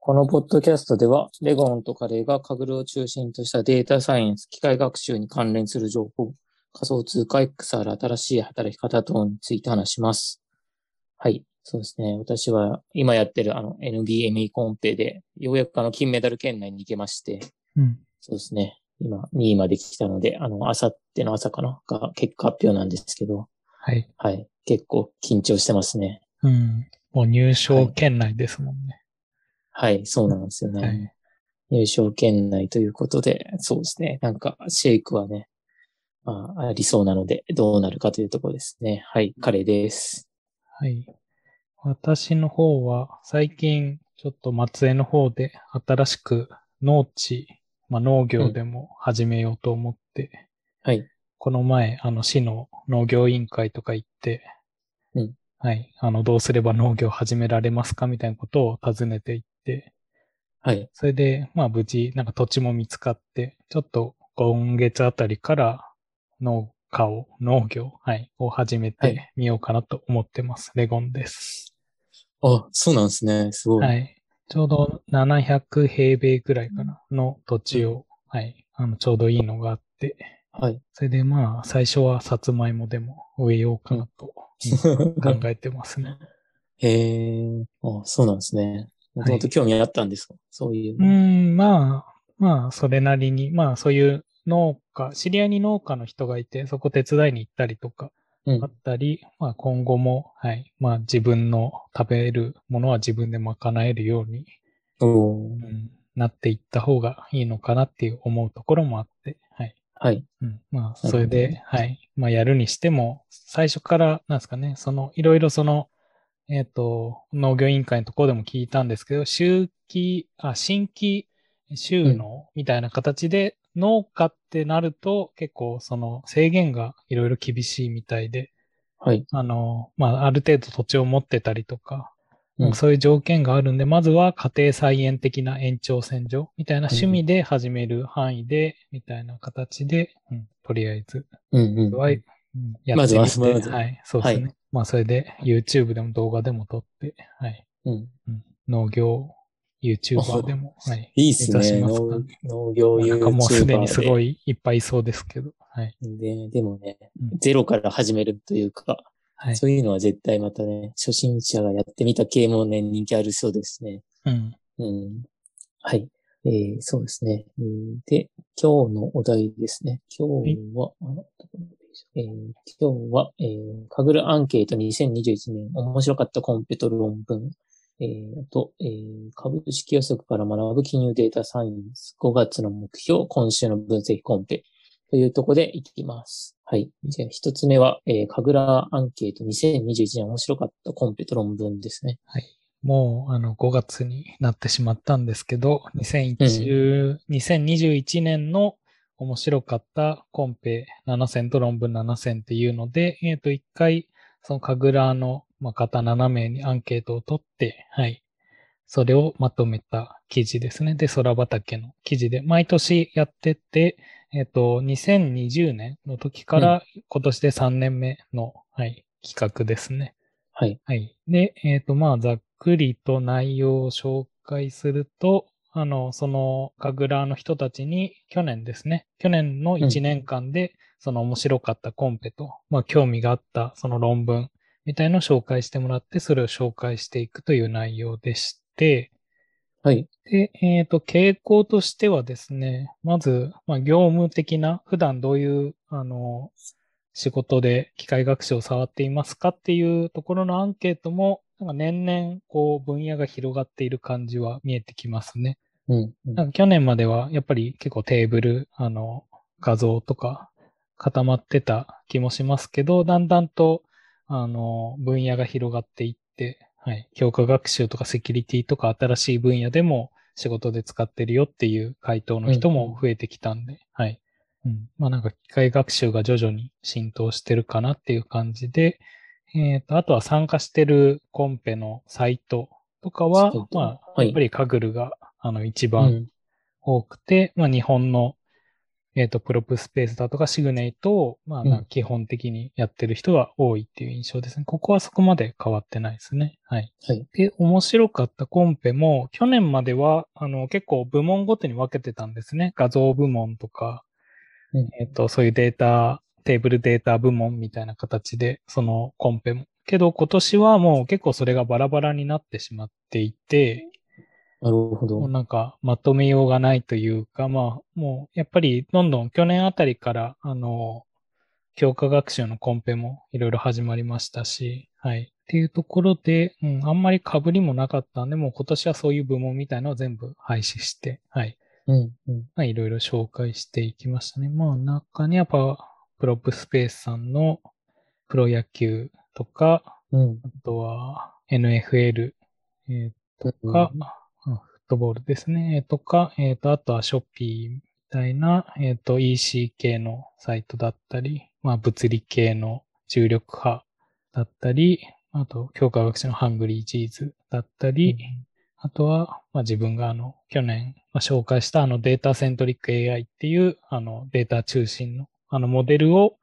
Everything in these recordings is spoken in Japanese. このポッドキャストでは、レゴンとカレーがカグルを中心としたデータサイエンス、機械学習に関連する情報、仮想通貨 XR、新しい働き方等について話します。はい。そうですね。私は今やってるあの NBME コンペで、ようやくあの金メダル圏内に行けまして、うん。そうですね。今2位まで来たので、あの、あさっての朝かなが結果発表なんですけど、はい。はい。結構緊張してますね。うん。もう入賞圏内ですもんね。はい、そうなんですよね。はい入賞圏内ということで、そうですね。なんか、シェイクはね、まあ、ありそうなので、どうなるかというところですね。はい、彼です。はい。私の方は、最近、ちょっと松江の方で新しく農地、まあ、農業でも始めようと思って、はい。この前、あの、市の農業委員会とか行って、うんはい。あの、どうすれば農業始められますかみたいなことを尋ねていって、はい、それで、まあ無事、なんか土地も見つかって、ちょっと今月あたりから農家を、農業、はい、を始めはていみようかなと思ってます。レゴンです。あ、そうなんですね。すごい。はい。ちょうど700平米ぐらいかなの土地を、はい、あの、ちょうどいいのがあって、はい。それでまあ最初はさつまいもでも植えようかなと 考えてますね。へえ、あ、そうなんですね。もともと興味あったんですか、そういううの。ん、まあ、まあ、それなりに、まあ、そういう農家、知り合いに農家の人がいて、そこ手伝いに行ったりとかうんあったり、まあ、今後も、はい、まあ、自分の食べるものは自分で賄えるように、おうーん、なっていった方がいいのかなっていう思うところもあって、はい。はい。うん、まあ、ほどそれで、はい。まあ、やるにしても、最初から、なんですかね、その、いろいろその、えっ、と、農業委員会のところでも聞いたんですけど、周期、あ、新規収納みたいな形で、農家ってなると、結構、その、制限がいろいろ厳しいみたいで、はい。あの、まあ、ある程度土地を持ってたりとか、うんそういう条件があるんで、まずは家庭菜園的な延長線上みたいな趣味で始める範囲で、みたいな形で、うんとりあえず、うんうん。ははいい。うんやまってずみはて、まずははい、そうですね。はまあ、それで YouTube でも動画でも撮って、はい、うん、うん農業 YouTuber でも、はい、いいっす目指ね。しますか農農業 YouTuber で。なんかもうすでにすごいいっぱいいそうですけど、はい、で、でもね、うんゼロから始めるというか、はいそ、ういうのは絶対またね、初心者がやってみた系もね、人気あるそうですね。うん、うん。はい。えー、そうですね。えーで、今日のお題ですね。今日は、あどこのページえー今日は、えー、かぐるアンケート2021年面白かったコンペと論文、えー、あと、えー株式予測から学ぶ金融データサイエンス、5月の目標、今週の分析コンペというとこでいきます。はい。じゃあ、一つ目は、えー、かぐらアンケート2021年面白かったコンペと論文ですね。はい。もう、あの、5月になってしまったんですけど、2010 2021年の面白かったコンペ7選と論文7選っていうので、えっ、と、1回、その神楽のまあ方7名にアンケートを取って、はい。それをまとめた記事ですね。で、空畑の記事で、毎年やってて、えっ、と、2020年の時から今年で3年目の、はい、企画ですね。はい。はい。で、えっ、と、まあ、ざっくりと内容を紹介すると、あの、その、神楽の人たちに、去年ですね、去年の1年間で、その面白かったコンペと、まあ、興味があった、その論文みたいのを紹介してもらって、それを紹介していくという内容でして、はい。で、えっ、と、傾向としてはですね、まず、まあ、業務的な、普段どういう、あの、仕事で機械学習を触っていますかっていうところのアンケートも、なんか年々、こう、分野が広がっている感じは見えてきますね。うん、うんなんか去年までは、やっぱり結構テーブル、あの、画像とか固まってた気もしますけど、だんだんと、あの、分野が広がっていって、はい、強化学習とかセキュリティとか新しい分野でも仕事で使ってるよっていう回答の人も増えてきたんで、はい。うん。まあなんか機械学習が徐々に浸透してるかなっていう感じで、えっ、と、あとは参加してるコンペのサイトとかはサイ、トまあ、はいやっぱりカグルが、あの、一う番ん多くて、まあ、日本の、えっ、と、プロップスペースだとかシグネイトを、まあ、うんなんか基本的にやってる人が多いっていう印象ですね。ここはそこまで変わってないですね。はい。はい。で、面白かったコンペも、去年までは、あの、結構部門ごとに分けてたんですね。画像部門とか、うんえっ、と、そういうデータ、テーブルデータ部門みたいな形で、そのコンペも。けど、今年はもう結構それがバラバラになってしまっていて、なるほもうど。なんかまとめようがないというか、まあ、もうやっぱりどんどん去年あたりから、あの、強化学習のコンペもいろいろ始まりましたし、はい。っていうところで、うん、あんまり被りもなかったんで、もう今年はそういう部門みたいなのを全部廃止して、はい。うん、うん。まあ、いろいろ紹介していきましたね。まあ、中にはやっぱ、プロップスペースさんのプロ野球とか、うん。あとは NFL、えーととか、うんフットボールですね、とか、えーと、あとはショッピーみたいな、えーと、EC 系のサイトだったり、まあ、物理系の重力波だったり、あと、教科学習のハングリージーズだったり、あとは、まあ、自分があの去年まあ紹介したあのデータセントリック AI っていうあのデータ中心のあのモデルを、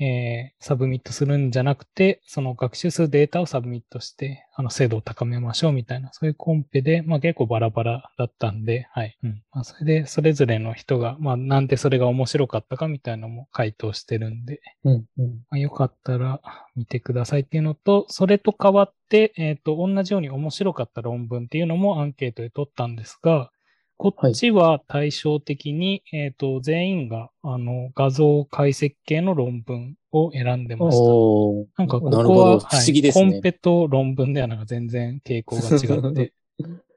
えーサブミットするんじゃなくて、その学習するデータをサブミットして、あの精度を高めましょうみたいな、そういうコンペで、まあ、結構バラバラだったんで、はい。うんまあ、それで、それぞれの人が、まあ、なんでそれが面白かったかみたいなのも回答してるんで、うん、うん。まあ、よかったら見てくださいっていうのと、それと変わって、えっ、と、同じように面白かった論文っていうのもアンケートで取ったんですが、こっちは対照的に、えっ、と、全員が、あの、画像解析系の論文を選んでました。おーなんか、こなるこほは、ど。不思議ですはいコねン。ペと論文ではなんか全然傾向が 違って、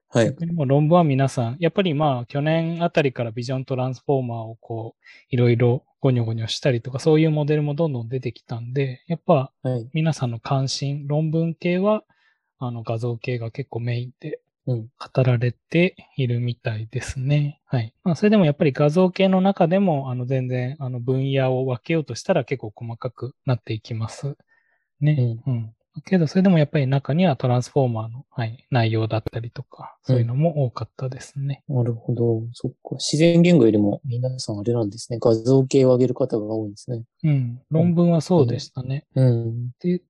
はい。逆にもう論文は皆さん、やっぱりまあ去年あたりからビジョントランスフォーマーをこう、いろいろゴニョゴニョしたりとか、そういうモデルもどんどん出てきたんで、やっぱはい。皆さんの関心、論文系は、あの画像系が結構メインでうん。語られているみたいですね。はい。まあそれでもやっぱり画像系の中でも、あの全然あの分野を分けようとしたら結構細かくなっていきます。ね。うん。けど、それでもやっぱり中にはトランスフォーマーの、はい、内容だったりとか、そういうのも多かったですね。なるほど。そっか。自然言語よりも皆さんあれなんですね。画像系を上げる方が多いんですね。うん。論文はそうでしたね。うん。で、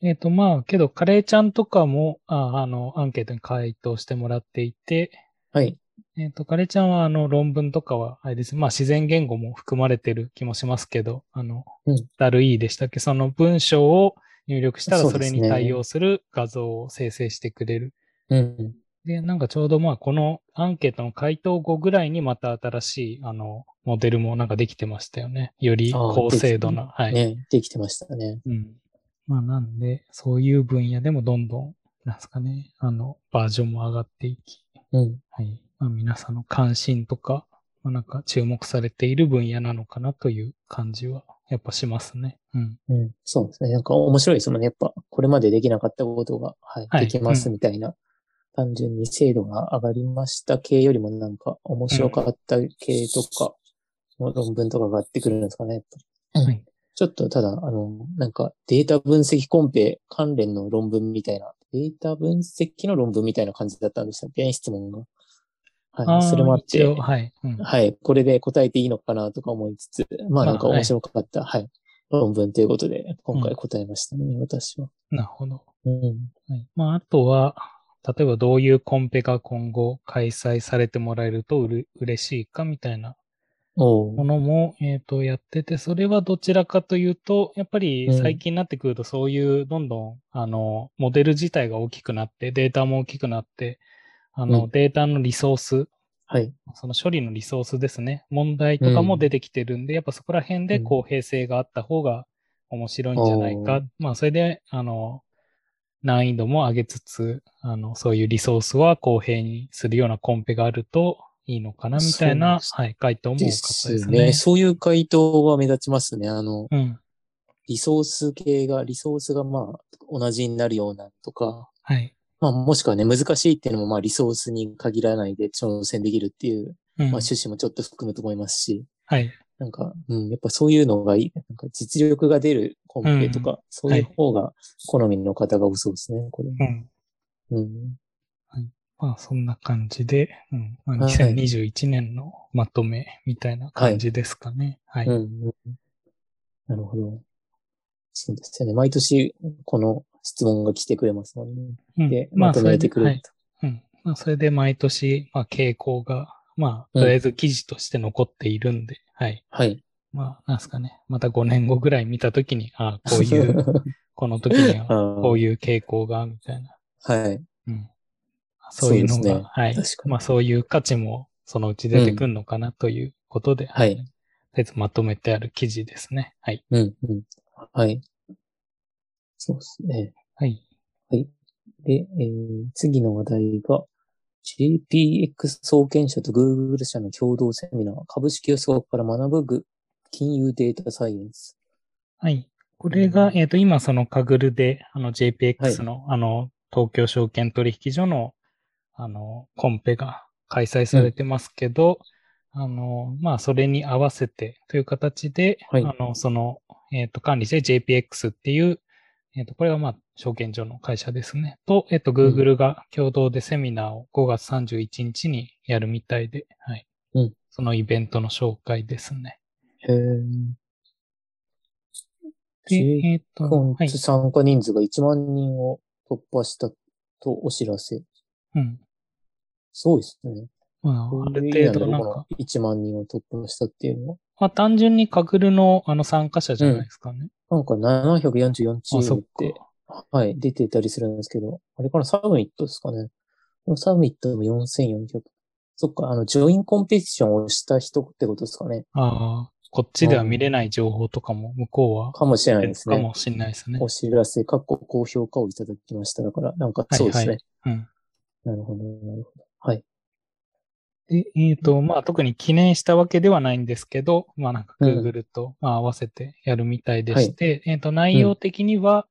えっ、と、まあ、けど、カレーちゃんとかも、ああの、アンケートに回答してもらっていて、はい。えっ、と、カレーちゃんは、あの、論文とかは、あれです。まあ、自然言語も含まれてる気もしますけど、あの、うんダルイーでしたっけその文章を入力したら、そうそでれすねに対応する画像を生成してくれるうん。で、なんかちょうどまあこのアンケートの回答後ぐらいにまた新しいあのモデルもなんかできてましたよね。よりあー高精度な。はい、ね。できてましたね。うん。まあなんで、そういう分野でもどんどん、なんですかね、あの、バージョンも上がっていき、うん。はい。まあ、皆さんの関心とか、まあ、なんか注目されている分野なのかなという感じはやっぱしますね。うん。うん。そうですね。なんか面白いですもんね。やっぱ、これまでできなかったことが、はい。はいできますうんみたいな。単純に精度が上がりました系よりもなんか面白かった系とかの論文とかが上がってくるんですかね。やっぱりはいちょっとただ、あの、なんかデータ分析コンペ関連の論文みたいな、データ分析の論文みたいな感じだったんでしたっけ質問が。あはーい。それもあっ一て、応はい。 うん。はい。これで答えていいのかなとか思いつつ、まあまあなんか面白かった、はい、論文ということで、今回答えましたね、私は。なるほど。うん。はい。まあ、あとは、例えばどういうコンペが今後開催されてもらえるとうれ嬉しいかみたいなおもうのも、えっ、と、やってて、それはどちらかというと、やっぱりうん最近になってくると、そういう、どんどん、あの、モデル自体が大きくなって、データも大きくなって、あの、うんデータのリソース、はい。その処理のリソースですね。問題とかもうん出てきてるんで、やっぱそこら辺でうん公平性があった方が面白いんじゃないおか。ーまあ、それで、あの、難易度も上げつつ、あの、そういうリソースは公平にするようなコンペがあるといいのかな、みたいな、そはい、回答も多でかったですすね。ね。そういう回答は目立ちますね。あの、うん。リソース系が、リソースがまあ、同じになるようなとか、はい。まあ、もしくはね、難しいっていうのも、まあ、リソースに限らないで挑戦できるっていう、まうん。あ、趣旨もちょっと含むと思いますし、はい。なんか、うん、やっぱそういうのがいい。なんか実力が出るコンペとか、そういう方が好みの方が多そうですね、これ。うん。うん。まあそんな感じで、うんまあ、はい2021年のまとめみたいな感じですかね。はい。うんうんなるほど。そうですよね。毎年、この質問が来てくれますもんね。うんで、まとめてくれると。それではいうんまあ、それで毎年、まあ、傾向が、まあ、とりあえず記事として残っているんで、はい。はい。まあ、なんですかね。また5年後ぐらい見たときに、ああ、こ ういう、この時には、ここ ういう。いう傾向が、みたいな。はい。うん。そういうのそうでが、すねはい。確かにまあ、そういう価値も、そのうち出てくるのかなということで、はいとりあえずまとめてある記事ですね。はい。うん、うん。はい。そうですね。はい。で、えー次の話題が、JPX 総研社と Google 社の共同セミナー、株式予想から学ぶぐ金融データサイエンス。はい。これが、えっ、と、今、そのカグルで、あの、は JPX いの、あの、東京証券取引所の、あの、コンペが開催されてますけど、あの、まあ、それに合わせてという形で、はいあの、その、えっ、と、管理して JPX っていう、えっ、と、これはまあ、証券所の会社ですね。と、えっ、と、Google が共同でセミナーを5月31日にやるみたいで、はい。うんそのイベントの紹介ですね。へーで、 J えっ、と、コンはいツ参加人数が1万人を突破したとお知らせ。うん。そうですね。まあ、ある程度なんか、 1万人を突破したっていうのは。まあ、単純にカグルのあの参加者じゃないですかね。なんか744チあ、ーそっムってか。、はい、出てたりするんですけど、あれかな、サミットですかね。でもサミットも4400。そっか、あの、ジョインコンペティションをした人ってことですかね。ああ、こっちでは見れない情報とかも向こうはかもしれないですかね。もしれないですね。お知らせ、かっこ高評価をいただきました。だから、なんかはいそうですね。はいうん。なるほど、なるほど。はい。で、えっ、と、まあ、特に記念したわけではないんですけど、まあ、なんか Google と、まあ、合わせてやるみたいでして、えっ、と、内容的には、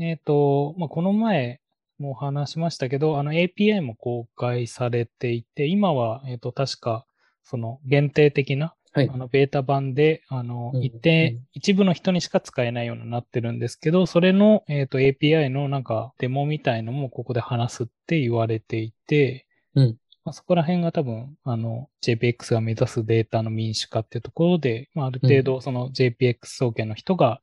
えっ、と、まあ、この前もお話しましたけど、あの API も公開されていて、今は、えっ、と、確か、その限定的なはいあ。のベータ版で、あのうん一定、うん一部の人にしか使えないようになってるんですけど、それの、えー、と API のなんかデモみたいのもここで話すって言われていて、うんまあ、そこら辺が多分あの JPX が目指すデータの民主化っていうところで、まあ、ある程度その JPX 総研の人が、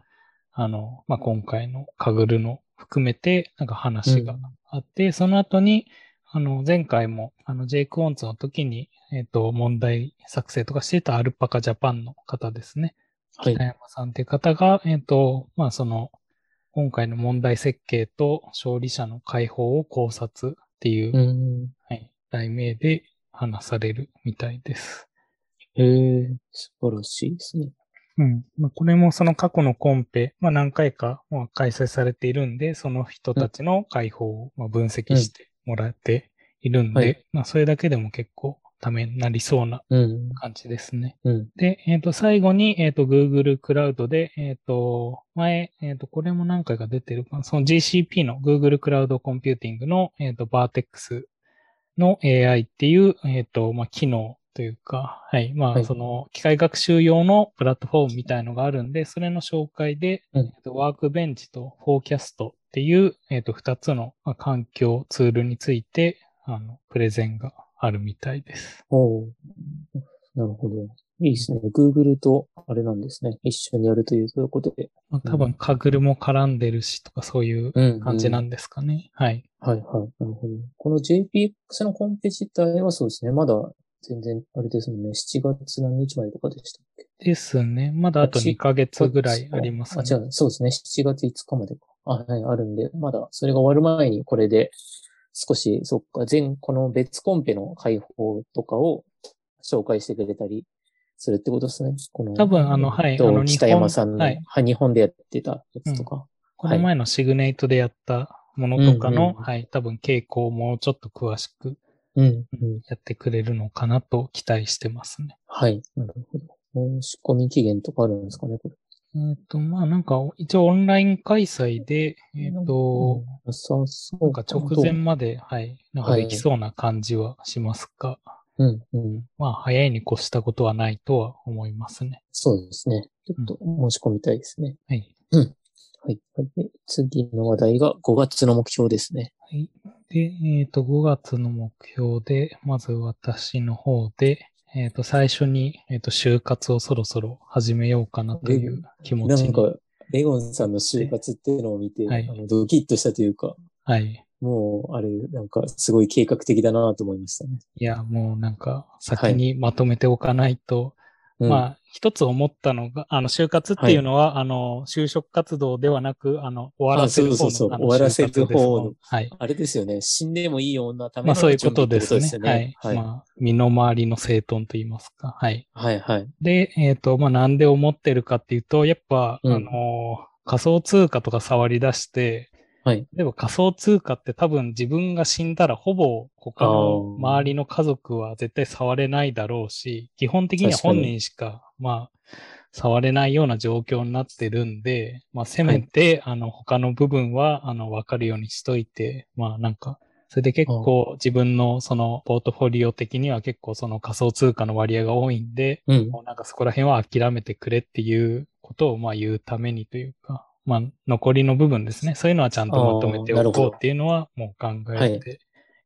あのまあ、今回のカグルの含めてなんか話があって、その後にあの、前回も、あの、ジェイク・オンツの時に、えっ、と、問題作成とかしてたアルパカジャパンの方ですね。はい北。山さんっていう方が、えっ、と、まあ、その、今回の問題設計と勝利者の解放を考察っていう、うん。はい、題名で話されるみたいです。へえ、素晴らしいですね。うん。まあ、これもその過去のコンペ、まあ、何回かまあ開催されているんで、その人たちの解放をまあ分析してもらっているんで、うんはいまあ、それだけでも結構ためになりそうなうん。感じですね。うん。で、えっ、と、最後に、えっ、と、Google クラウドで、えっ、と、前、えっ、と、これも何回か出てるかな、その GCP の Google クラウドコンピューティングの、えっ、と、Vertex の AI っていう、えっ、と、まあ、機能というか、はい、まはあ、いその、機械学習用のプラットフォームみたいのがあるんで、それの紹介で、うんえっとワークベンチとフォーキャストっていう、えっ、と、二つの、まあ、環境ツールについて、あの、プレゼンがあるみたいです。おうなるほど。いいですね。Google と、あれなんですね。一緒にやるということで。まあ、うん多分、カグルも絡んでるしとか、そういううん感じなうんんですかね。はい。はいはい。なるほど。この JPX のコンペ自体はそうですね。まだ全然、あれですもんね。7月何日までとかでしたっけですね。まだあとあち2ヶ月ぐらいありますね。あ、違う。そうですね。7月5日までか。あ、はい、あるんで、まだそれが終わる前にこれで、少し、そっか、前、この別コンペの解放とかを紹介してくれたりするってことですね。この多分あのはいえっと、あの日本北山さんの、ははいい、日本でやってたやつとか。この前のシグネイトでやったものとかの、うんうんはい、多分傾向をもうちょっと詳しくうん、ううんん。やってくれるのかなと期待してますね。はい。なるほど。申し込み期限とかあるんですかね、これ。えっ、と、まあなんか一応オンライン開催で、えっ、と、うん、なさそなうんか直前まで、はい、なんかできそうな感じはしますが、うん、うん。まあ早いに越したことはないとは思いますね。そうですね。ちょっと申し込みたいですね。はい。はい。はいで次の話題が5月の目標ですね。はい。で、えっ、と、5月の目標で、まず私の方で、えっ、と、最初に、えっ、と、就活をそろそろ始めようかなという気持ちなんに。か、レゴンさんの就活っていうのを見て、はいあのドキッとしたというか、はい。もう、あれ、なんか、すごい計画的だなと思いましたね。いや、もうなんか、先にまとめておかないと、うんまあ、一つ思ったのが、あの、就活っていうのは、あの、就職活動ではなく、あの、終わらせる方の。あそうそうそうあの終わらせる就活ですもん方のはい。あれですよね。死んでもいいようなためまあ、のそういうこ準備とってですね。は。はいい。まあ、身の回りの整頓といいますか。はい。はい、はい。で、えっ、と、まあ、なんで思ってるかっていうと、やっぱ、うんあのー、仮想通貨とか触り出して、はい例えば仮想通貨って多分自分が死んだらほぼ他のあー周りの家族は絶対触れないだろうし、基本的には確かに本人しか、まあ、触れないような状況になってるんで、まあ、せめて、あの、他の部分は、あの、わかるようにしといて、まあ、なんか、それで結構自分のそのポートフォリオ的には結構その仮想通貨の割合が多いんで、うん。もうなんかそこら辺は諦めてくれっていうことをまあ言うためにというか、まあ残りの部分ですね。そういうのはちゃんとまとめあーてなおるほこどうっていうのはもう考えて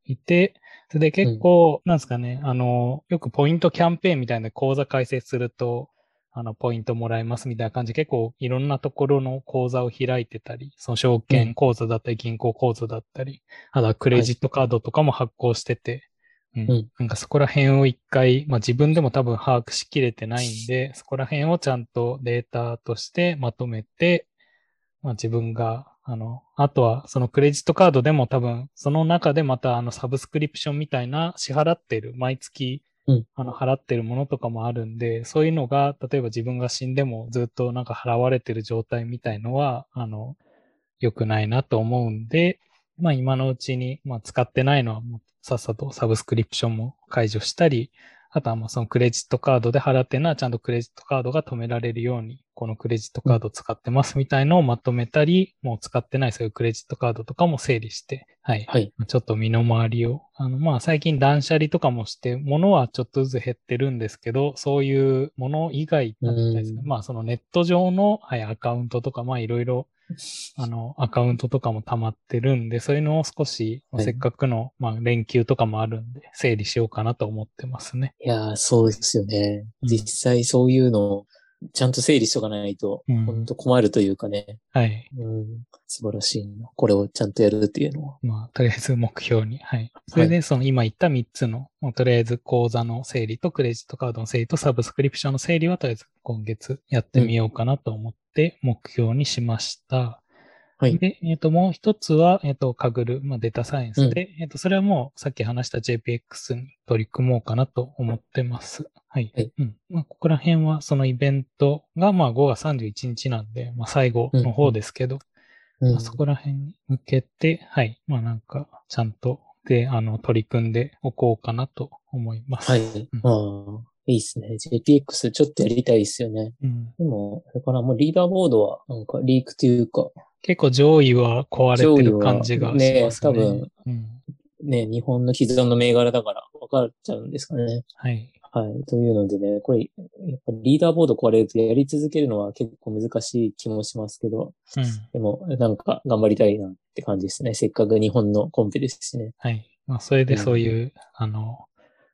いて、それで結構、なんですかね、あの、よくポイントキャンペーンみたいな講座開設すると、あの、ポイントもらえますみたいな感じで結構いろんなところの口座を開いてたり、その証券口座だったり銀行口座だったり、あとはクレジットカードとかも発行してて、うんうんなんかそこら辺を一回、まあ、自分でも多分把握しきれてないんで、そこら辺をちゃんとデータとしてまとめて、まあ、自分が、あの、あとはそのクレジットカードでも多分その中でまたあのサブスクリプションみたいな支払ってる、毎月うんあの払ってるものとかもあるんで、そういうのが例えば自分が死んでもずっとなんか払われてる状態みたいのは、あの、良くないなと思うんで、まあ今のうちに、まあ使ってないのはもうさっさとサブスクリプションも解除したり、あとはまあそのクレジットカードで払ってるのはちゃんとクレジットカードが止められるように、このクレジットカード使ってますみたいのをまとめたり、もう使ってないそういうクレジットカードとかも整理して、はい。はい。ちょっと身の回りを。あの、まあ、最近断捨離とかもして、物はちょっとずつ減ってるんですけど、そういうもの以外だったりですね。うんまあ、そのネット上の、はい、アカウントとか、まあ、いろいろ、あの、アカウントとかも溜まってるんで、そういうのを少し、はいせっかくの、まあ、連休とかもあるんで、整理しようかなと思ってますね。いやー、そうですよね。うん実際そういうのをちゃんと整理しとかないと、うんほんと困るというかね。はい。うん。素晴らしいな。これをちゃんとやるっていうのは。まあ、とりあえず目標に。はい。それで、その今言った3つの、まあとりあえず口座の整理とクレジットカードの整理とサブスクリプションの整理は、とりあえず今月やってみようかなと思って目標にしました。はいで、えっ、と、もう一つは、えっ、と、カグル、まあ、データサイエンスで、えっ、と、それはもうさっき話した JPX に取り組もうかなと思ってます。はい。はいうん。まあ、ここら辺は、そのイベントが、まあ、5月31日なんで、まあ、最後の方ですけど、うまあそこら辺に向けて、はい。まあなんか、ちゃんと、で、あの、取り組んでおこうかなと思います。はい。んああ、いいですね。JPX ちょっとやりたいですよね。うん、でも、だからもうリーダーボードは、なんかリークというか、結構上位は壊れてる感じがしますね。上位はね多うん。ね、日本の既存の銘柄だから分かっちゃうんですかね。はい。はい。というのでね、これ、やっぱりリーダーボード壊れるとやり続けるのは結構難しい気もしますけど、うん。でも、なんか頑張りたいなって感じですね。せっかく日本のコンペですしね。はい。まあ、それでそういう、あの、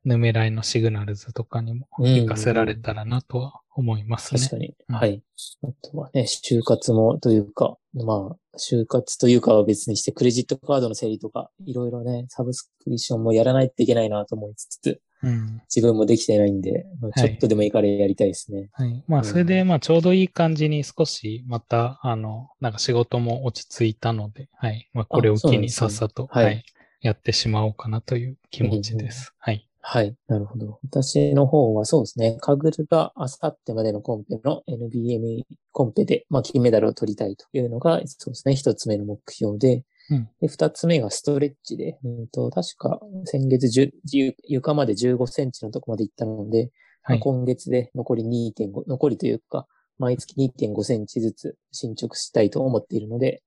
ヌメライのシグナルズとかにもうん活かせられたらなとは思いますね。確かに。うんはい。あとはね、就活もというか、まあ、就活というかは別にして、クレジットカードの整理とか、いろいろね、サブスクリプションもやらないといけないなと思いつつ、うん。自分もできてないんで、まあはちょいっとでもいいからやりたいですね。はい。まあ、うんそれで、まあ、ちょうどいい感じに少し、また、あの、なんか仕事も落ち着いたので、はい。まあ、これをそう機なんでにすさっねさと、は、はいいやってしまおうかなという気持ちです。はい。はい。なるほど。私の方はそうですね。カグルが明後日までのコンペの NBME コンペで、まあ、金メダルを取りたいというのが、そうですね。一つ目の目標で、うんで二つ目がストレッチで、うんと、確か先月10ゆ床まで15センチのとこまで行ったので、はい。今月で残り2.5、残りというか、毎月2.5センチずつ進捗したいと思っているので、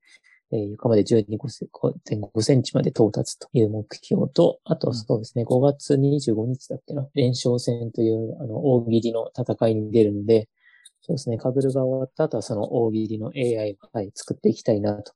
えー床まで12.5センチまで到達という目標と、あうんとそうですね、5月25日だっけな、連勝戦という、あの、大喜利の戦いに出るので、そうですね、カブルが終わった後はその大喜利の AI を、はい、作っていきたいなと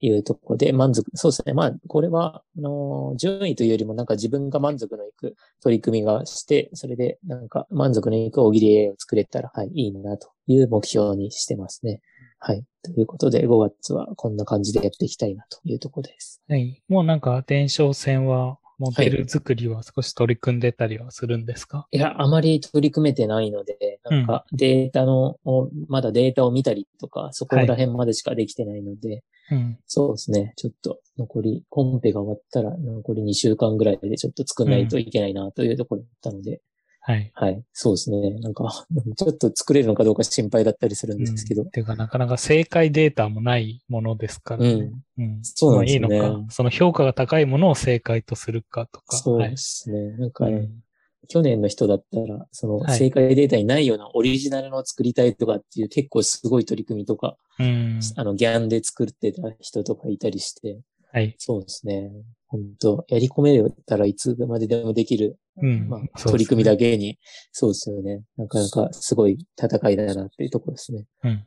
いうところで満足、そうですね。まあ、これは、あの、順位というよりもなんか自分が満足のいく取り組みがして、それでなんか満足のいく大喜利 A を作れたら、はい、いいなという目標にしてますね。はい。ということで、5月はこんな感じでやっていきたいなというところです。、はい。もうなんか、伝承戦は、モデル作りは少し取り組んでたりはするんですか、はいいや、あまり取り組めてないので、なんかデータの、うん、まだデータを見たりとか、そこら辺までしかできてないので、はいうん、そうですね。ちょっと残り、コンペが終わったら残り2週間ぐらいでちょっと作んないといけないなというところだったので、うんはい。はい。そうですね。なんか、 ちょっと作れるのかどうか心配だったりするんですけど。うん、ていうか、なかなか正解データもないものですから、ね、うん。うん。そうなんですね。いいのか。その評価が高いものを正解とするかとか。そうですね。はい、なんか、ね、うん、去年の人だったら、その正解データにないようなオリジナルのを作りたいとかっていう結構すごい取り組みとか、うん、あの、ギャンで作ってた人とかいたりして、はい。そうですね。本当やり込めたらいつまででもできる、うん、まあ、取り組みだけに、そうですよね。なかなかすごい戦いだなっていうところですね。うん、はい、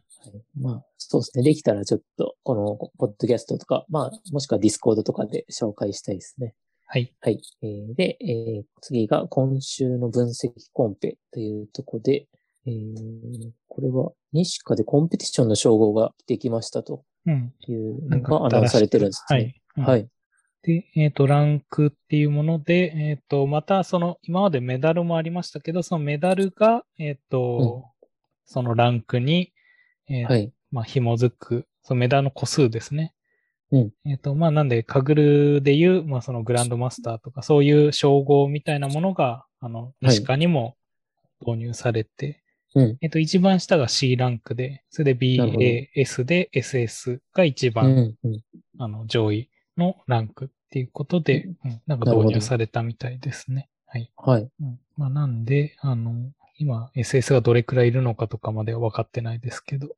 まあ、そうですね。できたらちょっと、この、ポッドキャストとか、まあ、もしくはディスコードとかで紹介したいですね。はい。はい。えー、で、えー、次が今週の分析コンペというとこで、えー、これは、西科でコンペティションの称号ができましたというのがアナウンスされてるんですね。うん、はい、はいで、えっ、ー、と、ランクっていうもので、えっ、ー、と、また、その、今までメダルもありましたけど、そのメダルが、えっ、ー、と、うん、そのランクに、えはい、まあ、紐づく、そのメダルの個数ですね。うん。えっ、と、まあ、なんで、カグルでいう、まあ、そのグランドマスターとか、そういう称号みたいなものが、あの、西科にも導入されて、はい、えっ、と、一番下が C ランクで、それで BAS で SS が一番、うん、あの、上位。のランクっていうことで、うん、なんか導入されたみたいですね。はい。はい。うん、まあ、なんで、あの、今 SS がどれくらいいるのかとかまでは分かってないですけど、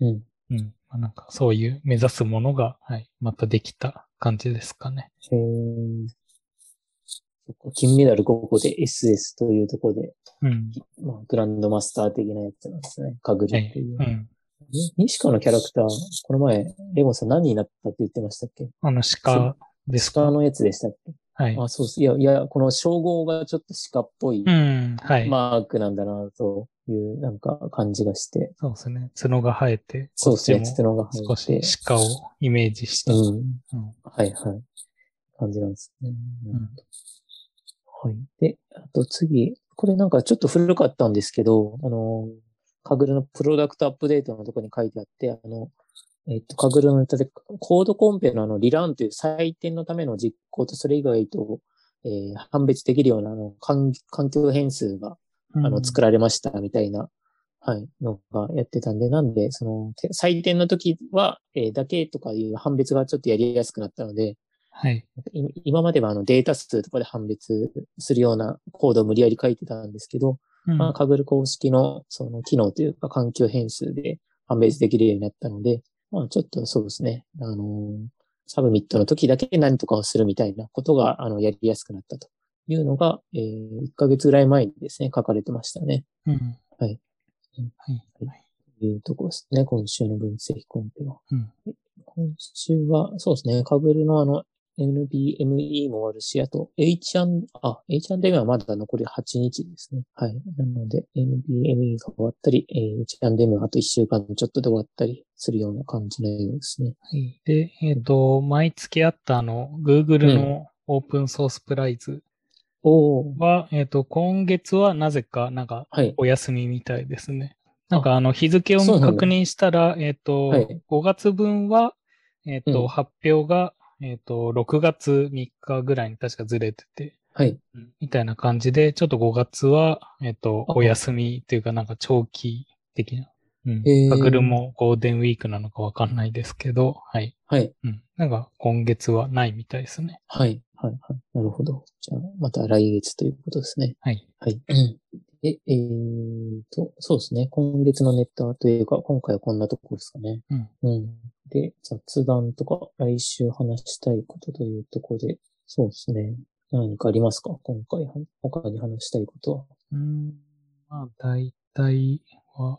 うん。うん。まあ、なんかそういう目指すものが、はい、またできた感じですかね。へー。金メダル5個で SS というところで、うん。まあ、グランドマスター的なやつなんですね。かぐるっていう。はい、うん。西川のキャラクター、この前、レゴンさん何になったって言ってましたっけあの鹿ですか鹿のやつでしたっけはい。あ、そうす。いや、いや、この称号がちょっと鹿っぽい、うん、はい。マークなんだな、という、なんか感じがして。そうですね。角が生えて。そうですね。角が生えて。少し鹿をイメージした。うん。うん、はい、はい。感じなんですね。うん、はい。で、あと次、これなんかちょっと古かったんですけど、あのーカグルのプロダクトアップデートのとこに書いてあって、あの、えっと、カグルのネタで、コードコンペのあの、リランという採点のための実行と、それ以外と、えー、判別できるような、あの、環境変数が、あの、作られました、みたいな、うん、はい、のがやってたんで、なんで、その、採点の時は、えー、だけとかいう判別がちょっとやりやすくなったので、はい。今まではあのデータ数とかで判別するようなコードを無理やり書いてたんですけど、うん、まあ、かぐる公式のその機能というか環境変数で判別できるようになったので、まあ、ちょっとそうですね、あのー、サブミットの時だけ何とかをするみたいなことが、あの、やりやすくなったというのが、えー、1ヶ月ぐらい前にですね、書かれてましたね。うん。はい。はい。はい。というとこですね、今週の分析コンペは。うん、今週は、そうですね、かぐるのあの、NBME もあるし、あと H&、あ、H&M はまだ残り8日ですね。はい。なので、NBME が終わったり、H&M はあと1週間ちょっとで終わったりするような感じのようですね。はい。で、えっ、ー、と、毎月あったあの、Google のオープンソースプライズは、うん、えっ、と、今月はなぜか、なんか、お休みみたいですね。はい、なんか、あの、日付を確認したら、えっ、と、はい、5月分は、えっ、ー、と、うん、発表が、えっ、と、6月3日ぐらいに確かずれてて、はい。みたいな感じで、ちょっと5月は、えっ、ー、と、お休みというか、なんか長期的な。うん。カグルもゴールデンウィークなのかわかんないですけど、はい。はい。うん。なんか今月はないみたいですね。はい。はい。はい。なるほど。じゃあ、また来月ということですね。はい。はい。え、えー、と、そうですね。今月のネタというか、今回はこんなところですかね。うん。うん。で、雑談とか、来週話したいことというところで、そうですね。何かありますか今回、他に話したいことは。うん。まあ、大体は、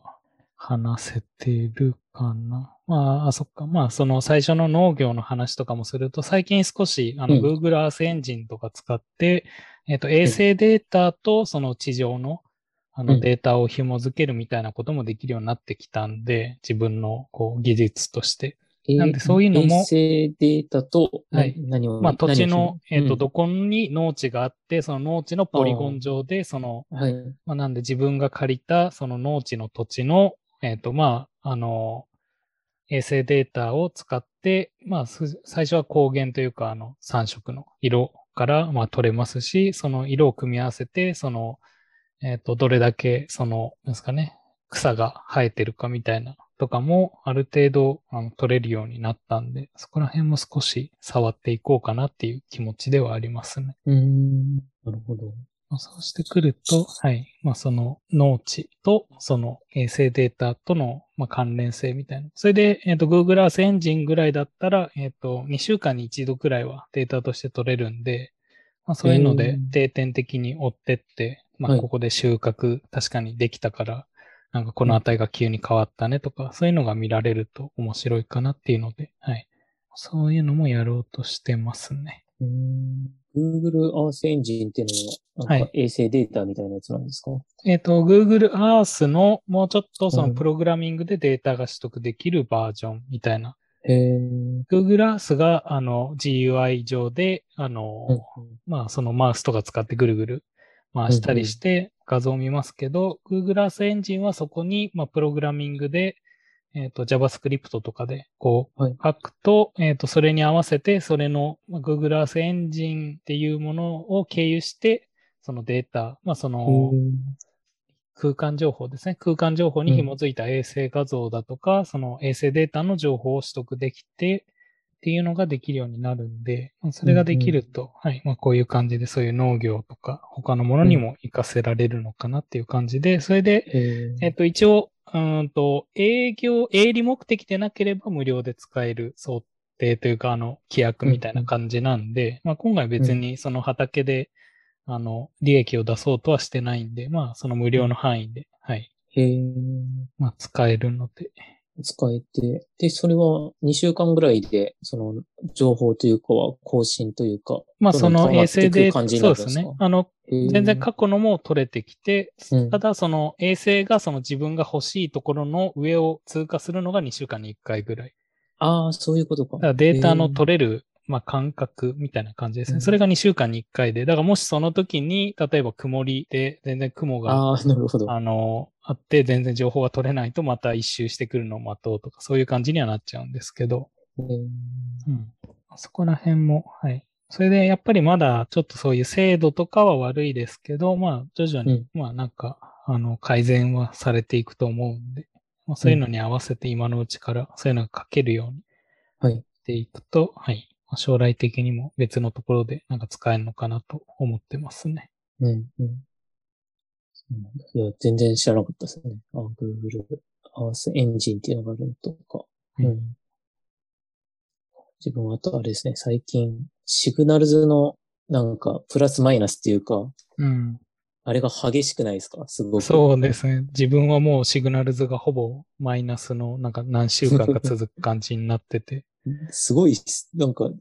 話せてるかな。まあ、あ、そっか。まあ、その最初の農業の話とかもすると、最近少し、あの、うん Google Earth エンジンとか使って、えっと、衛星データとその地上の、あうの、んデータを紐付けるみたいなこともできるようになってきたんで、自分の、こう、技術として。なんでそういうのも衛星データと、なはい何を、まあ、土地何のを、えっうと、んどこに農地があって、その農地のポリゴン上で、その、はい。まあ、なんで自分が借りたその農地の土地の、えっ、と、まあ、あの、衛星データを使って、まあ、す最初は光源というか、あの、3色の色から、まあ、取れますし、その色を組み合わせて、その、えっ、と、どれだけ、その、なんですかね、草が生えてるかみたいな、とかも、ある程度、あの、取れるようになったんで、そこら辺も少し触っていこうかなっていう気持ちではありますね。うーん、なるほど。まあそうしてくると、はい。まあ、その農地と、その衛星データとの、まあ、関連性みたいな。それで、えっ、と、Google Earth エンジンぐらいだったら、えっ、と、2週間に1度くらいはデータとして取れるんで、まあ、そういうのへでー、定点的に追ってって、まあ、はいここで収穫、確かにできたから、なんかこの値が急に変わったねとか、そういうのが見られると面白いかなっていうので、はい。そういうのもやろうとしてますね。うーん Google Earth エンジンっていうのは、なんはか衛星データみたいなやつなんですか、えっ、と、Google Earth のもうちょっとそうのんプログラミングでデータが取得できるバージョンみたいな。へー Google Earth があの GUI 上で、あの、うんまあそのマウスとか使ってぐるぐる回したりして画像を見ますけど、Google Earth エンジンはそこに、まあ、プログラミングで、えっ、と JavaScript とかでこうはい書くと、えっ、とそれに合わせてそれのまあ Google Earth エンジンっていうものを経由してそのデータ、まあその、空間情報ですね。空間情報に紐づいた衛星画像だとか、その衛星データの情報を取得できて、っていうのができるようになるんで、まあそれができると、はい、まあ、こういう感じで、そういう農業とか、他のものにも活かせられるのかなっていう感じで、それで、へーえっと、一応、うーんと、営業、営利目的でなければ無料で使える想定というか、あの、規約みたいな感じなんで、まあ、今回別にその畑で、あの、利益を出そうとはしてないんで、まあ、その無料の範囲で、はい、へーまあ、使えるので、使えて、で、それは2週間ぐらいで、その情報というかは更新というか、まあ、そどんどのん変わ衛って星いくで、感じになそうるんでですすかね。あの、全然過去のも取れてきて、うんただその衛星がその自分が欲しいところの上を通過するのが2週間に1回ぐらい。ああ、そういうことかだか。らデータの取取れる、まあ、感覚みたいな感じですうね。んそれが2週間に1回で、だからもしその時に、例えば曇りで全然雲れが、ああ、なるほど。あの、あって全然情報が取れないとまた一周してくるのを待とうとか、そういう感じにはなっちゃうんですけど、へーうん。そこら辺も、はい。それでやっぱりまだちょっとそういう精度とかは悪いですけど、まあ徐々に、まあなんか、あの、改善はされていくと思うんで、まあ、そういうのに合わせて今のうちからそういうのが書けるようにはい。っていくと、はい。まあ将来的にも別のところでなんか使えるのかなと思ってますね。うん、うん。そうなんだいや、全然知らなかったですね。あ、Google Earth Engine っていうのがあるのとか。はいうん。自分はあとあれですね、最近、シグナルズの、なんか、プラスマイナスっていうか、うん。あれが激しくないですかすごく。そうですね。自分はもうシグナルズがほぼマイナスのなんか何週間か続く感じになってて。すごいっす、なんか、うん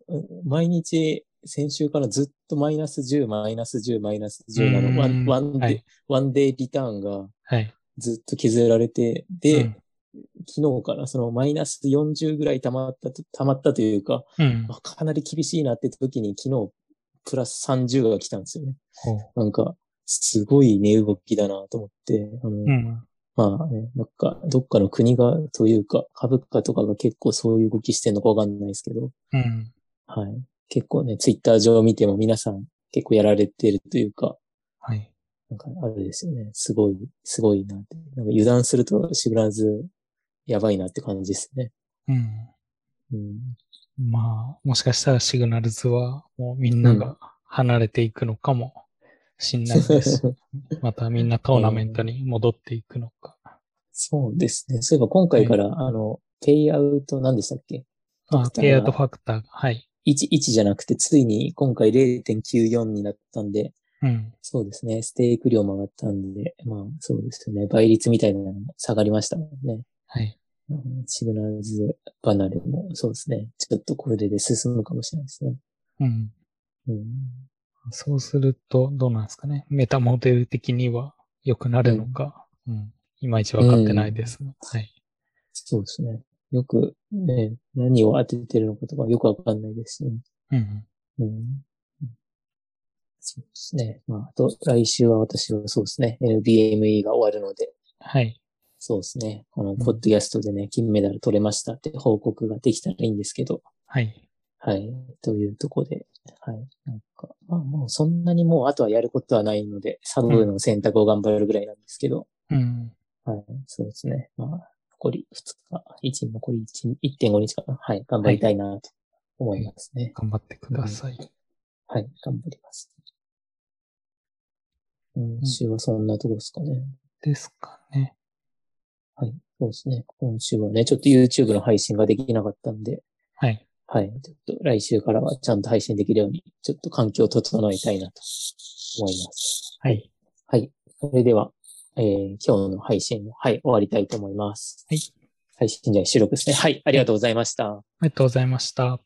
毎日、先週からずっとマイナス10、マイナス10、マイナス10なの、ワうんンワンデー、はいワンデーリターンがはい。ずっと削られて、で、うん昨日からそのマイナス40ぐらい溜まったと、溜まったというか、うん。あかなり厳しいなって時に昨日プラス30が来たんですよね。ほうなんか、すごい値動きだなと思って、あの、うん。まあね、なんか、どっかの国がというか、株価とかが結構そういう動きしてるのかわかんないですけど、うん。はい。結構ね、ツイッター上見ても皆さん結構やられてるというか、はい。なんかあれですよね。すごい、すごいなって。なんか油断するとシグナルズやばいなって感じですね。うん。うん。まあ、もしかしたらシグナルズはもうみんなが離れていくのかもしんない ですし、またみんなトーナメントに戻っていくのか。そうですね。そういえば今回から、あの、ペイアウト何でしたっけク、タあーがペイアウトファクターが。はい。 ?1、1じゃなくて、ついに今回0.94になったんで、うん。そうですね。ステーク量も上がったんで、まあそうですよね。倍率みたいなのも下がりましたもんね。はい。うんシグナルズ離れも、そうですね。ちょっとこれで進むかもしれないですね。うん。うん、そうすると、どうなんですかね。メタモデル的には良くなるのか、うん。いまいち分かってないですが。はい。そうですね。よく、ね、何を当ててるのかとかよくわかんないですし、ねうん。うんうんそうですね。まあ、あと、来週は私はそうですね。LBME が終わるので、はい。そうですね。この、ポッドキャストでね、金メダル取れましたって報告ができたらいいんですけど、はい。はい。というところで、はい。なんか、まあもうそんなにもうあとはやることはないので、サブの選択を頑張るぐらいなんですけど、うん。はい。そうですね。まあ、残り2日、1、残り1 1.5日かな。はい。頑張りたいなと思いますね。頑張ってください。はい。頑張ります。今週はそんなとこですかね。ですかね。はい。そうですね。今週はね、ちょっと YouTube の配信ができなかったんで、はい。はい。ちょっと来週からはちゃんと配信できるように、ちょっと環境を整えたいなと思います。はい。はい。それでは、えー今日の配信も、はい、終わりたいと思います。はい。配信じゃない収録ですね。はい。ありがとうございました。ありがとうございました。